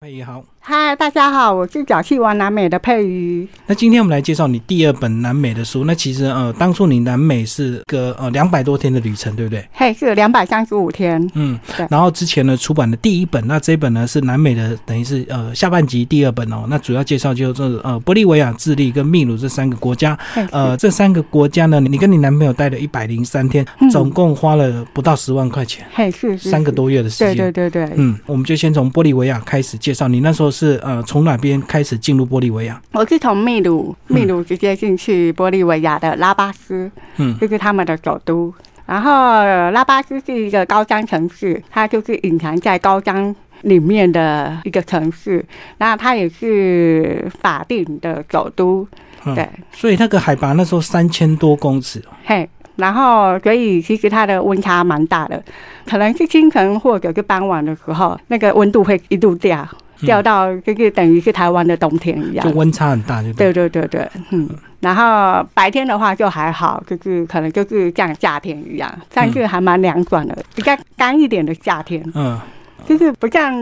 佩仪好，嗨，大家好，我是脚气玩南美的佩瑜。那今天我们来介绍你第二本南美的书。那其实呃，当初你南美是个呃两百多天的旅程，对不对？嘿，是两百三十五天，嗯对，然后之前呢出版的第一本，那这一本呢是南美的，等于是呃下半集第二本哦。那主要介绍就是呃玻利维亚、智利跟秘鲁这三个国家。嘿呃，，这三个国家呢，你跟你男朋友待了一百零三天，嗯总共花了不到十万块钱，嘿是是三个，多月的时是间。对对对对，嗯，我们就先从玻利维亚开始介绍。你那时候是呃从哪边开始进入玻利维亚？我是从秘鲁，嗯秘鲁直接进去玻利维亚的拉巴斯，嗯这是他们的首都。然后呃拉巴斯是一个高山城市，它就是隐藏在高山里面的一个城市，那它也是法定的首都，嗯对，所以那个海拔那时候三千多公尺哦，嘿，然后所以其实它的温差蛮大的，可能是清晨或者是傍晚的时候，那个温度会一度掉，嗯掉到就是等于是台湾的冬天一样就。温差很大，就对。对对对对，嗯。然后白天的话就还好，就是可能就是像夏天一样，但是还蛮凉爽的，比较干一点的夏天，嗯，就是不像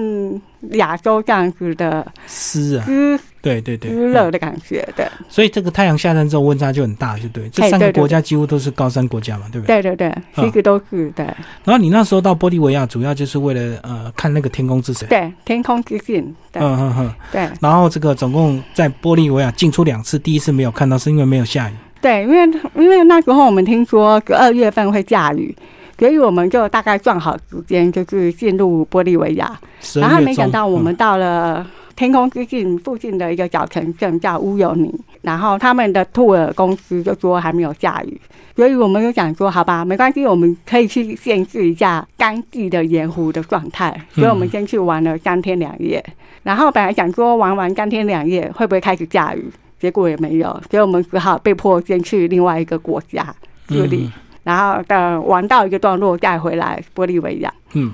亚洲这样子的湿啊，湿对对对，湿嗯热的感觉的。所以这个太阳下山之后温差就很大，就对。这嘿三个对对国家几乎都是高山国家嘛，对不对？嗯对对对，其实都是的。然后你那时候到玻利维亚，主要就是为了呃看那个天空之城。对，天空之镜，对嗯嗯嗯。对。然后这个总共在玻利维亚进出两次，第一次没有看到是因为没有下雨。对，因为因为那时候我们听说二月份会下雨，所以我们就大概算好时间，就是进入玻利维亚。十然后二月没中，嗯想到我们到了天空之境附近的一个小城镇叫乌尤尼，然后他们的兔耳公司就说还没有下雨，所以我们就想说好吧，没关系，我们可以去见识一下当地的盐湖的状态。嗯所以我们先去玩了三天两夜，然后本来想说玩完三天两夜会不会开始下雨，结果也没有，所以我们只好被迫先去另外一个国家智利。嗯然后等玩到一个段落再回来玻利维亚，嗯，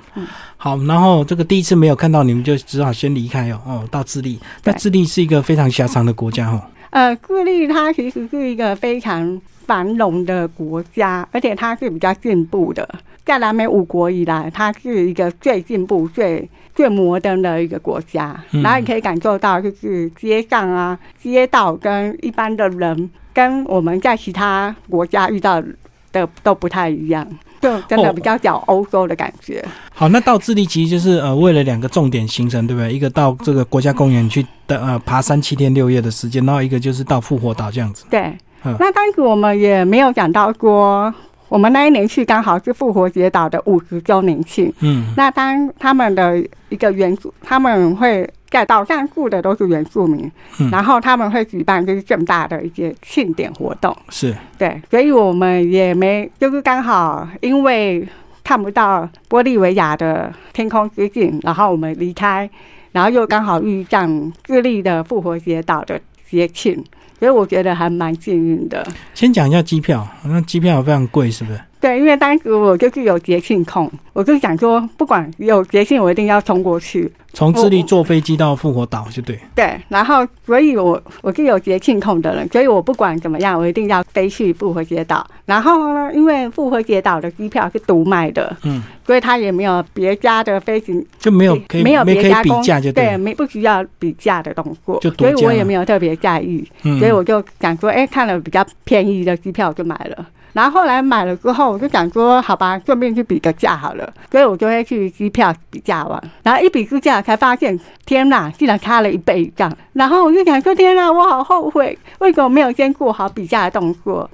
好，然后这个第一次没有看到你们，就只好先离开哦，哦，到智利。那对智利是一个非常狭长的国家哦，呃，智利它其实是一个非常繁荣的国家，而且它是比较进步的。在南美五国以来，它是一个最进步、最最摩登的一个国家。嗯然后你可以感受到，就是街上啊、街道跟一般的人，跟我们在其他国家遇到的都不太一样，就真的哦比较讲欧洲的感觉。好，那到智利其实就是呃，为了两个重点行程，对不对？一个到这个国家公园去的呃爬山七天六夜的时间，然后一个就是到复活岛这样子。对嗯，那当时我们也没有想到说，我们那一年去刚好是复活节岛的五十周年庆。嗯那当他们的一个原住，他们会在岛上住的都是原住民，嗯然后他们会举办就是盛大的一些庆典活动，是，对，所以我们也没就是刚好因为看不到玻利维亚的天空之境，然后我们离开，然后又刚好遇上智利的复活节岛的节庆，所以我觉得还蛮幸运的。先讲一下机票，那机票非常贵，是不是？对，因为当时我就是有节庆控，我就想说，不管有节庆，我一定要冲过去。从智利坐飞机到复活岛就对。对，然后所以我我是有节庆控的人，所以我不管怎么样，我一定要飞去复活节岛。然后呢，因为复活节岛的机票是独卖的，嗯，所以它也没有别家的飞行，就没有可以没有没别可以家比公价就对，了。没不需要比价的动作就，独所家以我也了没有特别在意，嗯，所以我就想说，哎，看了比较便宜的机票我就买了。然后后来买了之后，我就想说，好吧，顺便去比个价好了，所以我就会去机票比价网，然后一比之价才发现，天哪，竟然差了一倍以上。然后我就想说，天哪，我好后悔，为什么没有先做好比价的动作？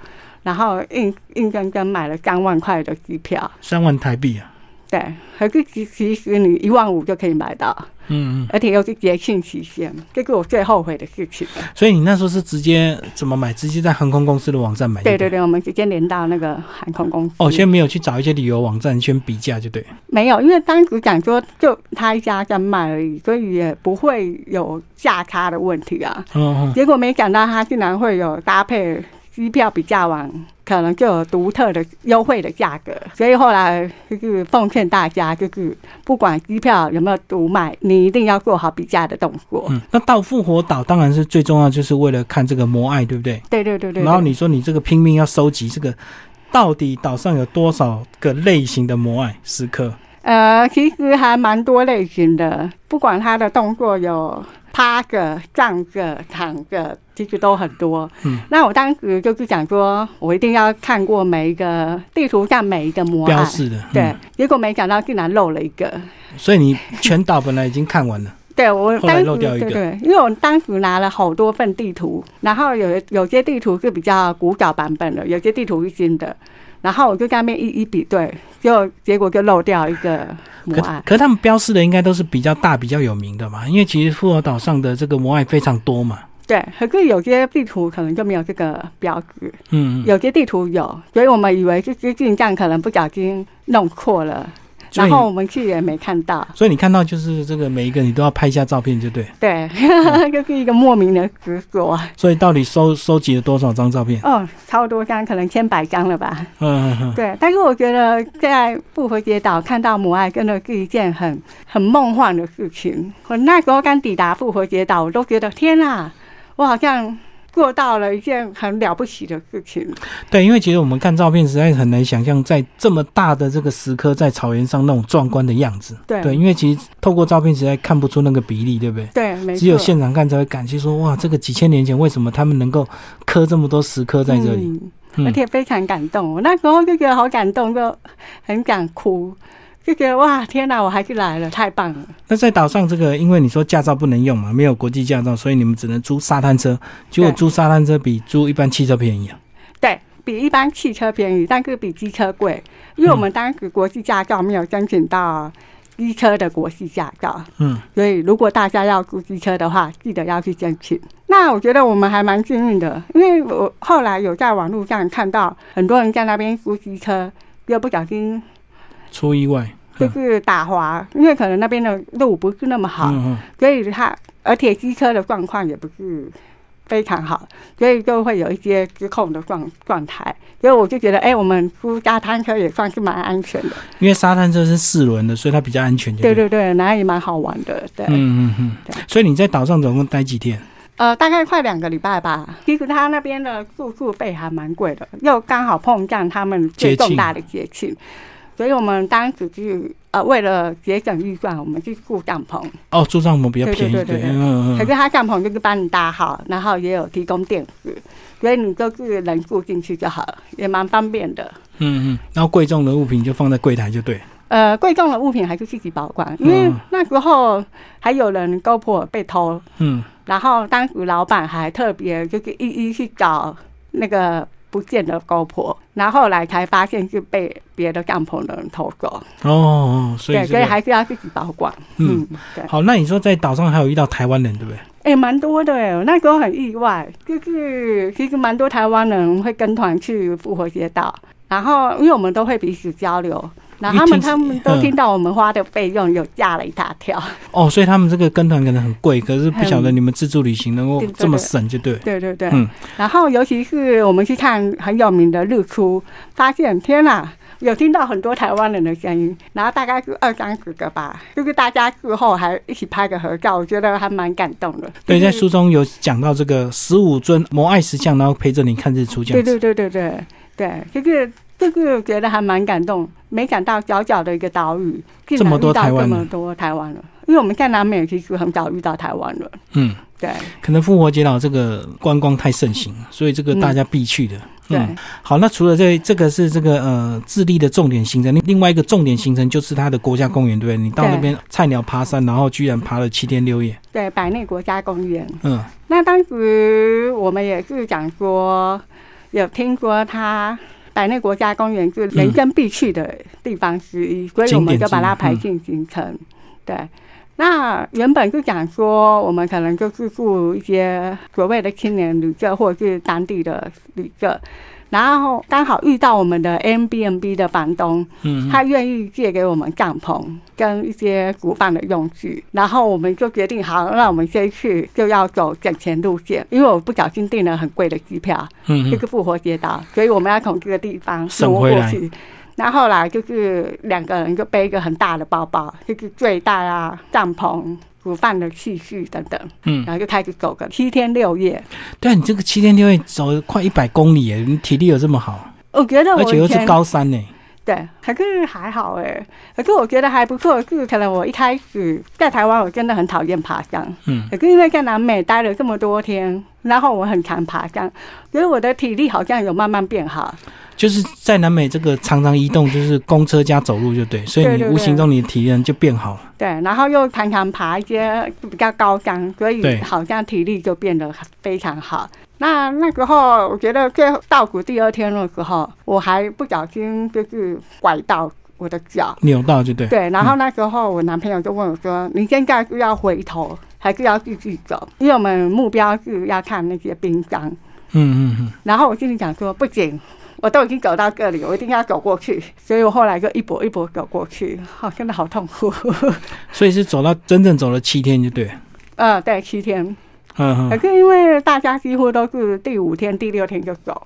然后硬硬生生买了三万块的机票，三万台币啊。对，可是其其实你一万五就可以买到，嗯而且又是节庆期间，这是我最后悔的事情。嗯，所以你那时候是直接怎么买？直接在航空公司的网站买。对不对。对，我们直接连到那个航空公司。哦，先没有去找一些旅游网站先比价就对。没有，因为当时讲说就他一家在卖而已，所以也不会有价差的问题啊。嗯嗯结果没想到他竟然会有搭配机票比价网，可能就有独特的优惠的价格。所以后来就是奉劝大家，就是不管机票有没有独买，你一定要做好比价的动作。嗯。那到复活岛当然是最重要，就是为了看这个摩艾，对不对？对对对对对。然后你说你这个拼命要收集这个，到底岛上有多少个类型的摩艾石刻？呃，其实还蛮多类型的，不管他的动作有趴着、站着、躺着，其实都很多。嗯，那我当时就是想说，我一定要看过每一个地图上每一个模标案。示的。对，嗯结果没想到竟然漏了一个。所以你全岛本来已经看完 了，对我后来当时漏掉一个对对，因为我当时拿了好多份地图，然后有有些地图是比较古早版本的，有些地图是新的，然后我就在那边一一比对，就结果就漏掉一个模可案。可他们标示的应该都是比较大、比较有名的嘛，因为其实复活岛上的这个摩艾非常多嘛。对，可是有些地图可能就没有这个标志，嗯，嗯有些地图有，所以我们以为是资讯站，可能不小心弄错了，所然以后我们去也没看到。所以你看到就是这个每一个你都要拍一下照片，就对。对，嗯 就是一个莫名的执着。所以到底收收集了多少张照片？哦，超多张，可能千百张了吧。嗯嗯嗯。对，但是我觉得在复活节岛看到母爱，真的是一件很很梦幻的事情。我那时候刚抵达复活节岛，我都觉得天啊，我好像做到了一件很了不起的事情。对，因为其实我们看照片实在很难想象，在这么大的这个石刻在草原上那种壮观的样子。对对，因为其实透过照片实在看不出那个比例，对不对？对，没错。只有现场看才会感谢说，哇，这个几千年前为什么他们能够刻这么多石刻在这里？嗯嗯而且非常感动。我那时候就觉得好感动，就很想哭，就觉得哇，天哪，我还是来了，太棒了。那在岛上这个，因为你说驾照不能用嘛，没有国际驾照，所以你们只能租沙滩车。结果对租沙滩车比租一般汽车便宜啊。对比一般汽车便宜，但是比机车贵，因为我们当时国际驾照没有申请到机车的国际驾照，嗯，所以如果大家要租机车的话，记得要去申请。那我觉得我们还蛮幸运的，因为我后来有在网络上看到很多人在那边租机车，又不小心出意外。就嗯是打滑，因为可能那边的路不是那么好，嗯嗯，所以它而且机车的状况也不是非常好，所以就会有一些失控的状状态。所以我就觉得，哎、我们租沙滩车也算是蛮安全的，因为沙滩车是四轮的，所以它比较安全就对对。对对，然后也蛮好玩的，对。嗯嗯嗯对。所以你在岛上总共待几天？呃，大概快两个礼拜吧。其实他那边的住宿费还蛮贵的，又刚好碰上他们最节庆重大的节庆，所以我们当时去呃为了节省预算，我们去住帐篷。哦，住帐篷比较对对便宜。对对对嗯嗯可嗯。是他帐篷就是帮你搭好，然后也有提供电视，所以你就是人住进去就好了，也蛮方便的。嗯嗯。然后贵重的物品就放在柜台就对。呃，贵重的物品还是自己保管，因为嗯那时候还有人勾破被偷，嗯。然后当时老板还特别就是一一去找那个不见的勾破，然后后来才发现是被别的帐篷的人偷走，哦哦，所以对，这所以个还是要自己保管。嗯嗯，对。好。那你说在岛上还有遇到台湾人，对不对？哎、蛮多的哎，那时候很意外，就是其实蛮多台湾人会跟团去复活节岛，然后因为我们都会彼此交流，然后他一们听他们都嗯听到我们花的费用，有吓了一大 跳。哦，所以他们这个跟团可能很贵，可是不晓得很你们自助旅行能够对对这么对省，就对。对对对，嗯然后尤其是我们去看很有名的日出，发现天哪！有听到很多台湾人的声音，然后大概是二三十个吧，就是大家事后还一起拍个合照，我觉得还蛮感动的。对，就在是书中有讲到这个十五尊摩艾石像，然后陪着你看日出这对样子。对对对对对，就是就是觉得还蛮感动，没想到小小的一个岛屿，竟这然么遇多台到这湾么人多台湾人，因为我们在南美其实很少遇到台湾人，嗯，对可能复活节岛这个观光太盛行，所以这个大家必去的。嗯对。嗯好，那除了这这个是这个呃智利的重点行程，另另外一个重点行程就是它的国家公园，对不对？你到对那边菜鸟爬山，然后居然爬了七天六夜。对，百内国家公园。嗯那当时我们也是讲说，有听说它百内国家公园是人生必去的地方之一，所以我们就把它排进行程。对，那原本就讲说，我们可能就是住一些所谓的青年旅社或者是当地的旅社。然后刚好遇到我们的 m b n b 的房东，嗯，嗯他愿意借给我们帐篷跟一些古板的用具，然后我们就决定好，那我们这一次就要走省钱路线，因为我不小心订了很贵的机票，嗯就嗯是复活节岛，所以我们要从这个地方省挪回过来去。那后来就是两个人就背一个很大的包包，就是睡袋啊、帐篷、煮饭的器具等等，嗯，然后就开始走个七天六夜。对啊，你这个七天六夜走了快一百公里耶，你体力有这么好，我觉得我而且以又是前高山呢。对，可是还好哎、可是我觉得还不错，是可能我一开始在台湾我真的很讨厌爬山，嗯，可是因为在南美待了这么多天，然后我很常爬山，所以我的体力好像有慢慢变好。就是在南美这个常常移动，就是公车加走路就对，所以对你对无形中你的体能就变好了。对，然后又常常爬一些比较高山，所对以好像体力就变得非常好。那那时候，我觉得最后稻谷第二天的时候，我还不小心就是拐到我的脚。扭到就对， 对，然后那时候我男朋友就问我说：“你现在是要回头，还是要继续走？因为我们目标是要看那些冰山。嗯嗯嗯，”然后我心里想说：“不行，我都已经走到这里，我一定要走过去。”所以我后来就一跛一跛走过去， 好、真的好痛苦。所以是走到真正走了七天就对，呃，对，七天。嗯可嗯，是因为大家几乎都是第五天、第六天就走，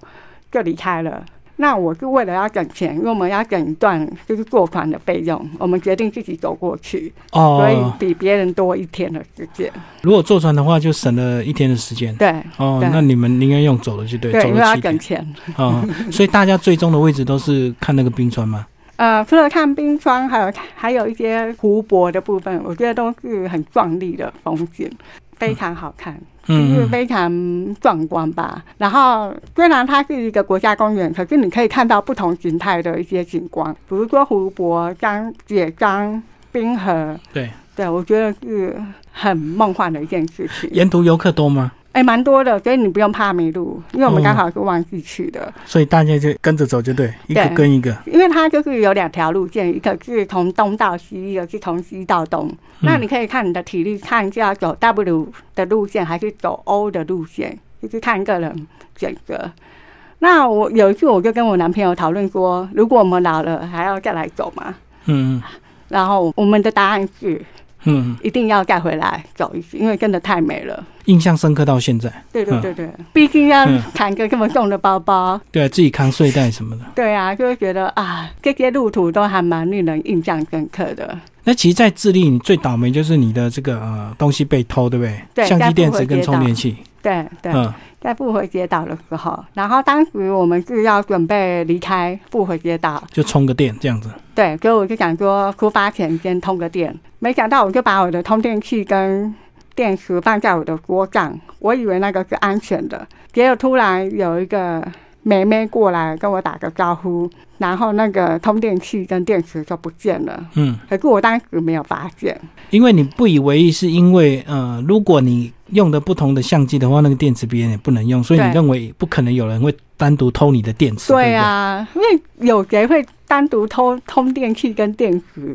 就离开了。那我是为了要省钱，因为我们要省一段就是过船的费用，我们决定自己走过去，所以哦，比别人多一天的时间。如果坐船的话，就省了一天的时间。对哦对，那你们宁愿用走的就对，对，走因为要了七省天。钱。哦，所以大家最终的位置都是看那个冰川吗？呃，除了看冰川，还有还有一些湖泊的部分，我觉得都是很壮丽的风景，非常好看。就是嗯嗯，嗯非常壮观吧。然后虽然它是一个国家公园，可是你可以看到不同形态的一些景观，比如说湖泊、江、雪山、冰河。对。对，我觉得是很梦幻的一件事情，沿途游客多吗？哎，蛮多的，所以你不用怕迷路，因为我们哦刚好是旺季去的，所以大家就跟着走就对，一个对跟一个。因为它就是有两条路线，一个是从东到西，一个是从西到东。嗯那你可以看你的体力，看是要走 W 的路线还是走 O 的路线，就是看个人选择。那我有一次我就跟我男朋友讨论说，如果我们老了还要再来走嘛？嗯然后我们的答案是嗯嗯，一定要再回来走一次，因为真的太美了。印象深刻到现在。对对嗯对对，毕竟要嗯扛个这么重的包包，对啊，自己扛睡袋什么的。对啊，就会觉得啊，这些路途都还蛮令人印象深刻的。那其实，在智利，你最倒霉就是你的这个呃东西被偷，对不对？对相在机、复电活池跟节充档电器。对对，嗯，在复活节岛的时候，然后当时我们是要准备离开复活节岛，就充个电这样子。对，所以我就想说出发前先通个电，没想到我就把我的充电器跟电池放在我的桌上，我以为那个是安全的，结果突然有一个妹妹过来跟我打个招呼，然后那个充电器跟电池就不见了，嗯，可是我当时没有发现，因为你不以为意，是因为呃，如果你用的不同的相机的话，那个电池别人也不能用，所以你对认为不可能有人会单独偷你的电池。对对啊，因为有谁会单独偷通电器跟电池？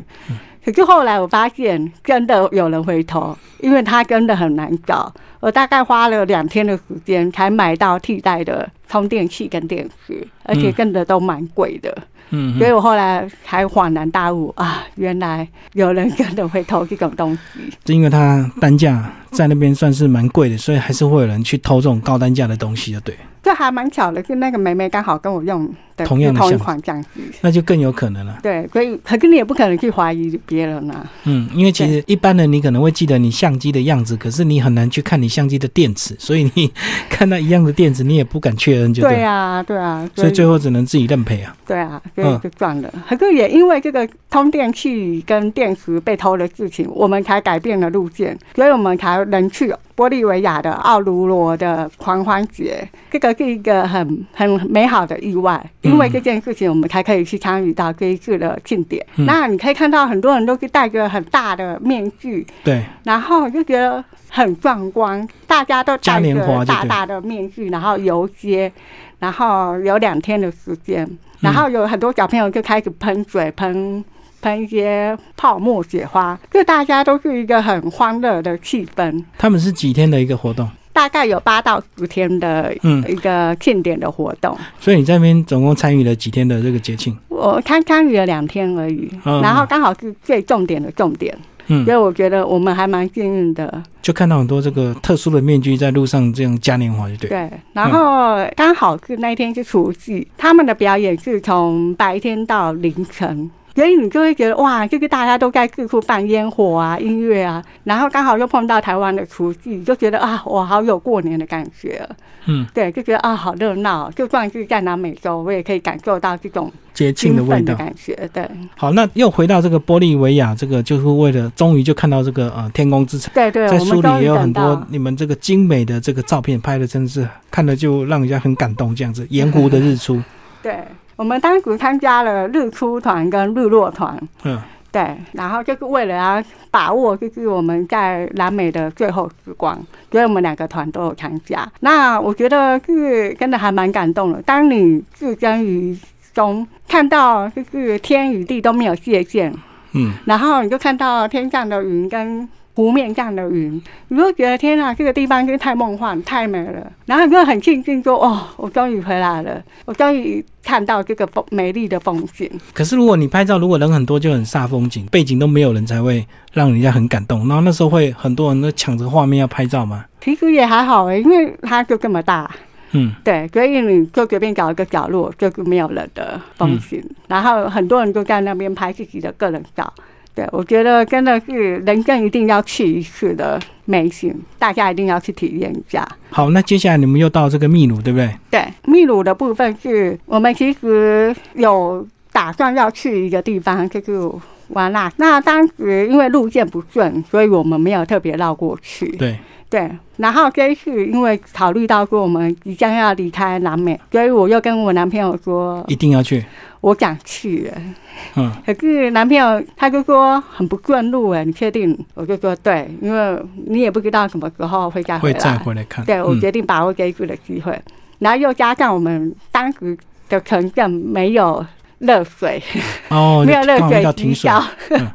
可是后来我发现，真的有人回头，因为它真的很难找。我大概花了两天的时间才买到替代的充电器跟电池，而且嗯真的都蛮贵的。不对，嗯所以嗯，我后来才恍然大悟啊，原来有人真的会偷这种东西。是因为它单价在那边算是蛮贵的，所以还是会有人去偷这种高单价的东西，就对，这还蛮巧的，是那个妹妹刚好跟我用的同样的是同一相机款相机。那就更有可能了。对，所以可是你也不可能去怀疑别人啊。嗯，因为其实一般人你可能会记得你相机的样子，可是你很难去看你相机的电池，所以你 看到一样的电池，你也不敢确认，就对对。啊，对啊，所以最后只能自己认赔啊。对啊，所嗯以就赚了。可是也因为这个通电器跟电池被偷的事情，我们才改变了路线，所以我们才能去玻利维亚的奥卢罗的狂欢节。这个是一个很很美好的意外，嗯因为这件事情，我们才可以去参与到这一次的庆典。嗯那你可以看到很多人都是戴着很大的面具，对，然后就觉得很壮观，大家都嘉戴年华就对着大大的面具，然后游街，然后有两天的时间，嗯然后有很多小朋友就开始喷水喷。喷一些泡沫雪花，就大家都是一个很欢乐的气氛，他们是几天的一个活动？大概有八到十天的嗯一个庆典的活动。所以你在那边总共参与了几天的这个节庆？我参参与了两天而已，嗯然后刚好是最重点的重点，嗯所以，我觉得我们还蛮幸运的。就看到很多这个特殊的面具在路上这样嘉年华，就对。嗯对，然后刚好是那一天是除夕，他们的表演是从白天到凌晨，所以你就会觉得哇，就是大家都在四处放烟火啊、音乐啊，然后刚好又碰到台湾的除夕，就觉得啊，我好有过年的感觉。啊嗯，对，就觉得啊，好热闹。就算是在南美洲，我也可以感受到这种节庆兴的味奋道的。感觉。对，好，那又回到这个玻利维亚，这个就是为了终于就看到这个呃天空之城，对对，在我书们里终也于有很等到多你们这个精美的这个照片拍的，真是看了就让人家很感动。这样子，盐湖的日出，对，我们当时参加了日出团跟日落团，嗯，对，然后就是为了要把握，就是我们在南美的最后时光，所以我们两个团都有参加。那我觉得是真的还蛮感动的。当你置身于中，看到就是天与地都没有界限，嗯，然后你就看到天上的云跟湖面上的云，你就觉得天啊，这个地方真是太梦幻、太美了。然后你就很庆幸说：“哦，我终于回来了，我终于看到这个风美丽的风景。可是如果你拍照，如果人很多就很煞风景，背景都没有人才会让人家很感动。然后那时候会很多人都抢着画面要拍照嘛，”其实也还好诶、因为它就这么大，嗯，对，所以你就随便找一个角落，就是没有人的风景，然后很多人就在那边拍自己的个人照。对，我觉得真的是人生一定要去一次的美景，大家一定要去体验一下。好，那接下来你们又到这个秘鲁，对不对？对，秘鲁的部分是我们其实有打算要去一个地方，就是瓦纳。那当时因为路线不顺，所以我们没有特别绕过去。对，对，然后这一次因为考虑到说我们即将要离开南美，所以我又跟我男朋友说一定要去，我想去了。嗯，可是男朋友他就说很不顺路哎，你确定？我就说对，因为你也不知道什么时候会再回会来。再回来看。啊对，我嗯决定把握这一次的机会。然后又加上我们当时的城镇没有热水，哦，没有热刚好遇水到机停水，效，嗯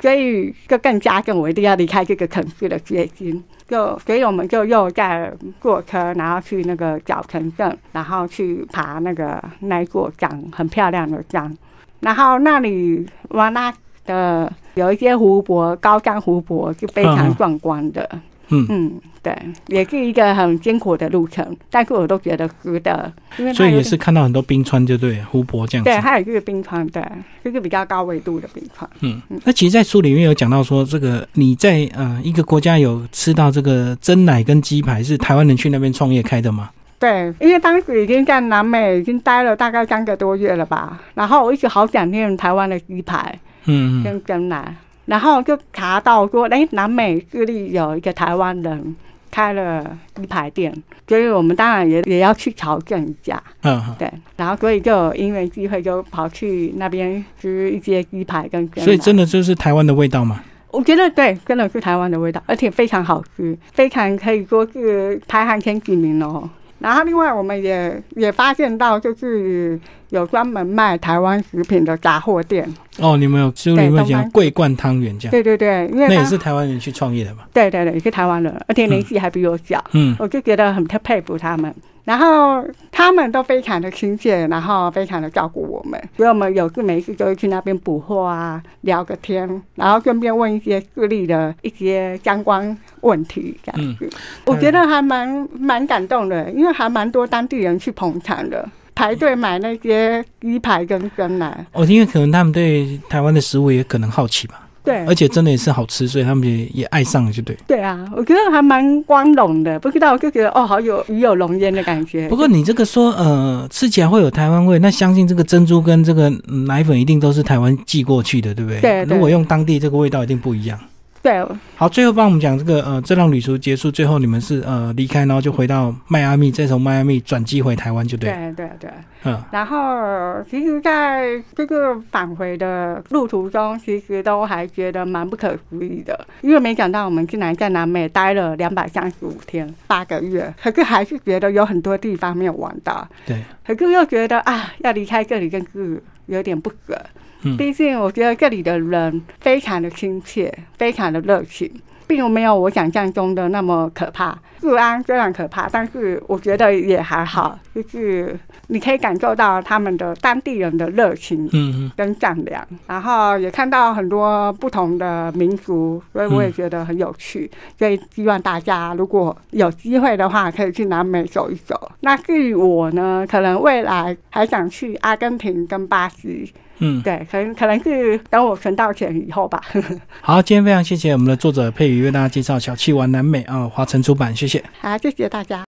所以就更加重我一定要离开这个城市的决心。就所以我们就又在坐车，然后去那个小城镇，然后去爬那个那一座山，很漂亮的山。然后那里瓦那的有一些湖泊，高山湖泊是非嗯常嗯壮观的。嗯。嗯，对，也是一个很艰苦的路程，但是我都觉得值得，因为它所以有也点是看到很多冰川，就对了，湖泊这样子。对，它也是冰川，对，就是比较高纬度的冰川。嗯，那其实，在书里面有讲到说，这个你在呃一个国家有吃到这个蒸奶跟鸡排，是台湾人去那边创业开的吗？对，因为当时已经在南美已经待了大概三个多月了吧，然后我一直好想念台湾的鸡排嗯嗯，跟蒸奶，然后就查到说，哎，南美智利有一个台湾人开了鸡排店，所以我们当然也也要去朝圣一下。嗯嗯对，然后所以就有因为机会就跑去那边吃一些鸡排跟蒸奶。所以真的就是台湾的味道嘛。我觉得对，真的是台湾的味道，而且非常好吃，非常可以说是排行前几名哦。然后另外我们也也发现到，就是有专门卖台湾食品的杂货店。哦，你们有书里对面东讲方桂冠汤圆这样，对对对，因为那也他是台嗯湾人去创业的嘛。对对对，也是台湾人，而且年纪还比我小，嗯，我就觉得很特佩服他们。然后他们都非常的亲切，然后非常的照顾我们，所以我们有事没事就会去那边补货啊，聊个天，然后顺便问一些智利的一些相关问题，这样子。我觉得还蛮蛮感动的，因为还蛮多当地人去捧场的，排队买那些鸡排跟蒸奶。哦，因为可能他们对台湾的食物也可能好奇吧，对而，且真的也是好吃，所以他们也也爱上了，就对。对啊，我觉得还蛮光荣的，不知道就觉得哦，好有鱼有龙焉的感觉。不过你这个说呃吃起来会有台湾味，那相信这个珍珠跟这个嗯奶粉一定都是台湾寄过去的，对不对？对对如果用当地这个味道一定不一样。对，好，最后帮我们讲这个呃，这趟旅途结束，最后你们是呃离开，然后就回到迈阿密，再从迈阿密转机回台湾，就对了。对对对。嗯，然后，其实在这个返回的路途中，其实都还觉得蛮不可思议的，因为没想到我们竟然在南美待了两百三十五天，八个月，可是还是觉得有很多地方没有玩到，对，可是又觉得啊，要离开这里更是有点不舍。嗯毕竟我觉得这里的人非常的亲切，非常的热情，并没有我想象中的那么可怕。治安虽然可怕，但是我觉得也还好，就是你可以感受到他们的当地人的热情嗯嗯，跟善良，然后也看到很多不同的民族，所以我也嗯觉得很有趣。所以希望大家如果有机会的话，可以去南美走一走。那至于我呢，可能未来还想去阿根廷跟巴西。嗯，对，可能可能是等我存到钱以后吧。 好，今天非常谢谢我们的作者佩瑜为大家介绍小气玩南美啊，华晨出版，谢谢。好，谢谢大家。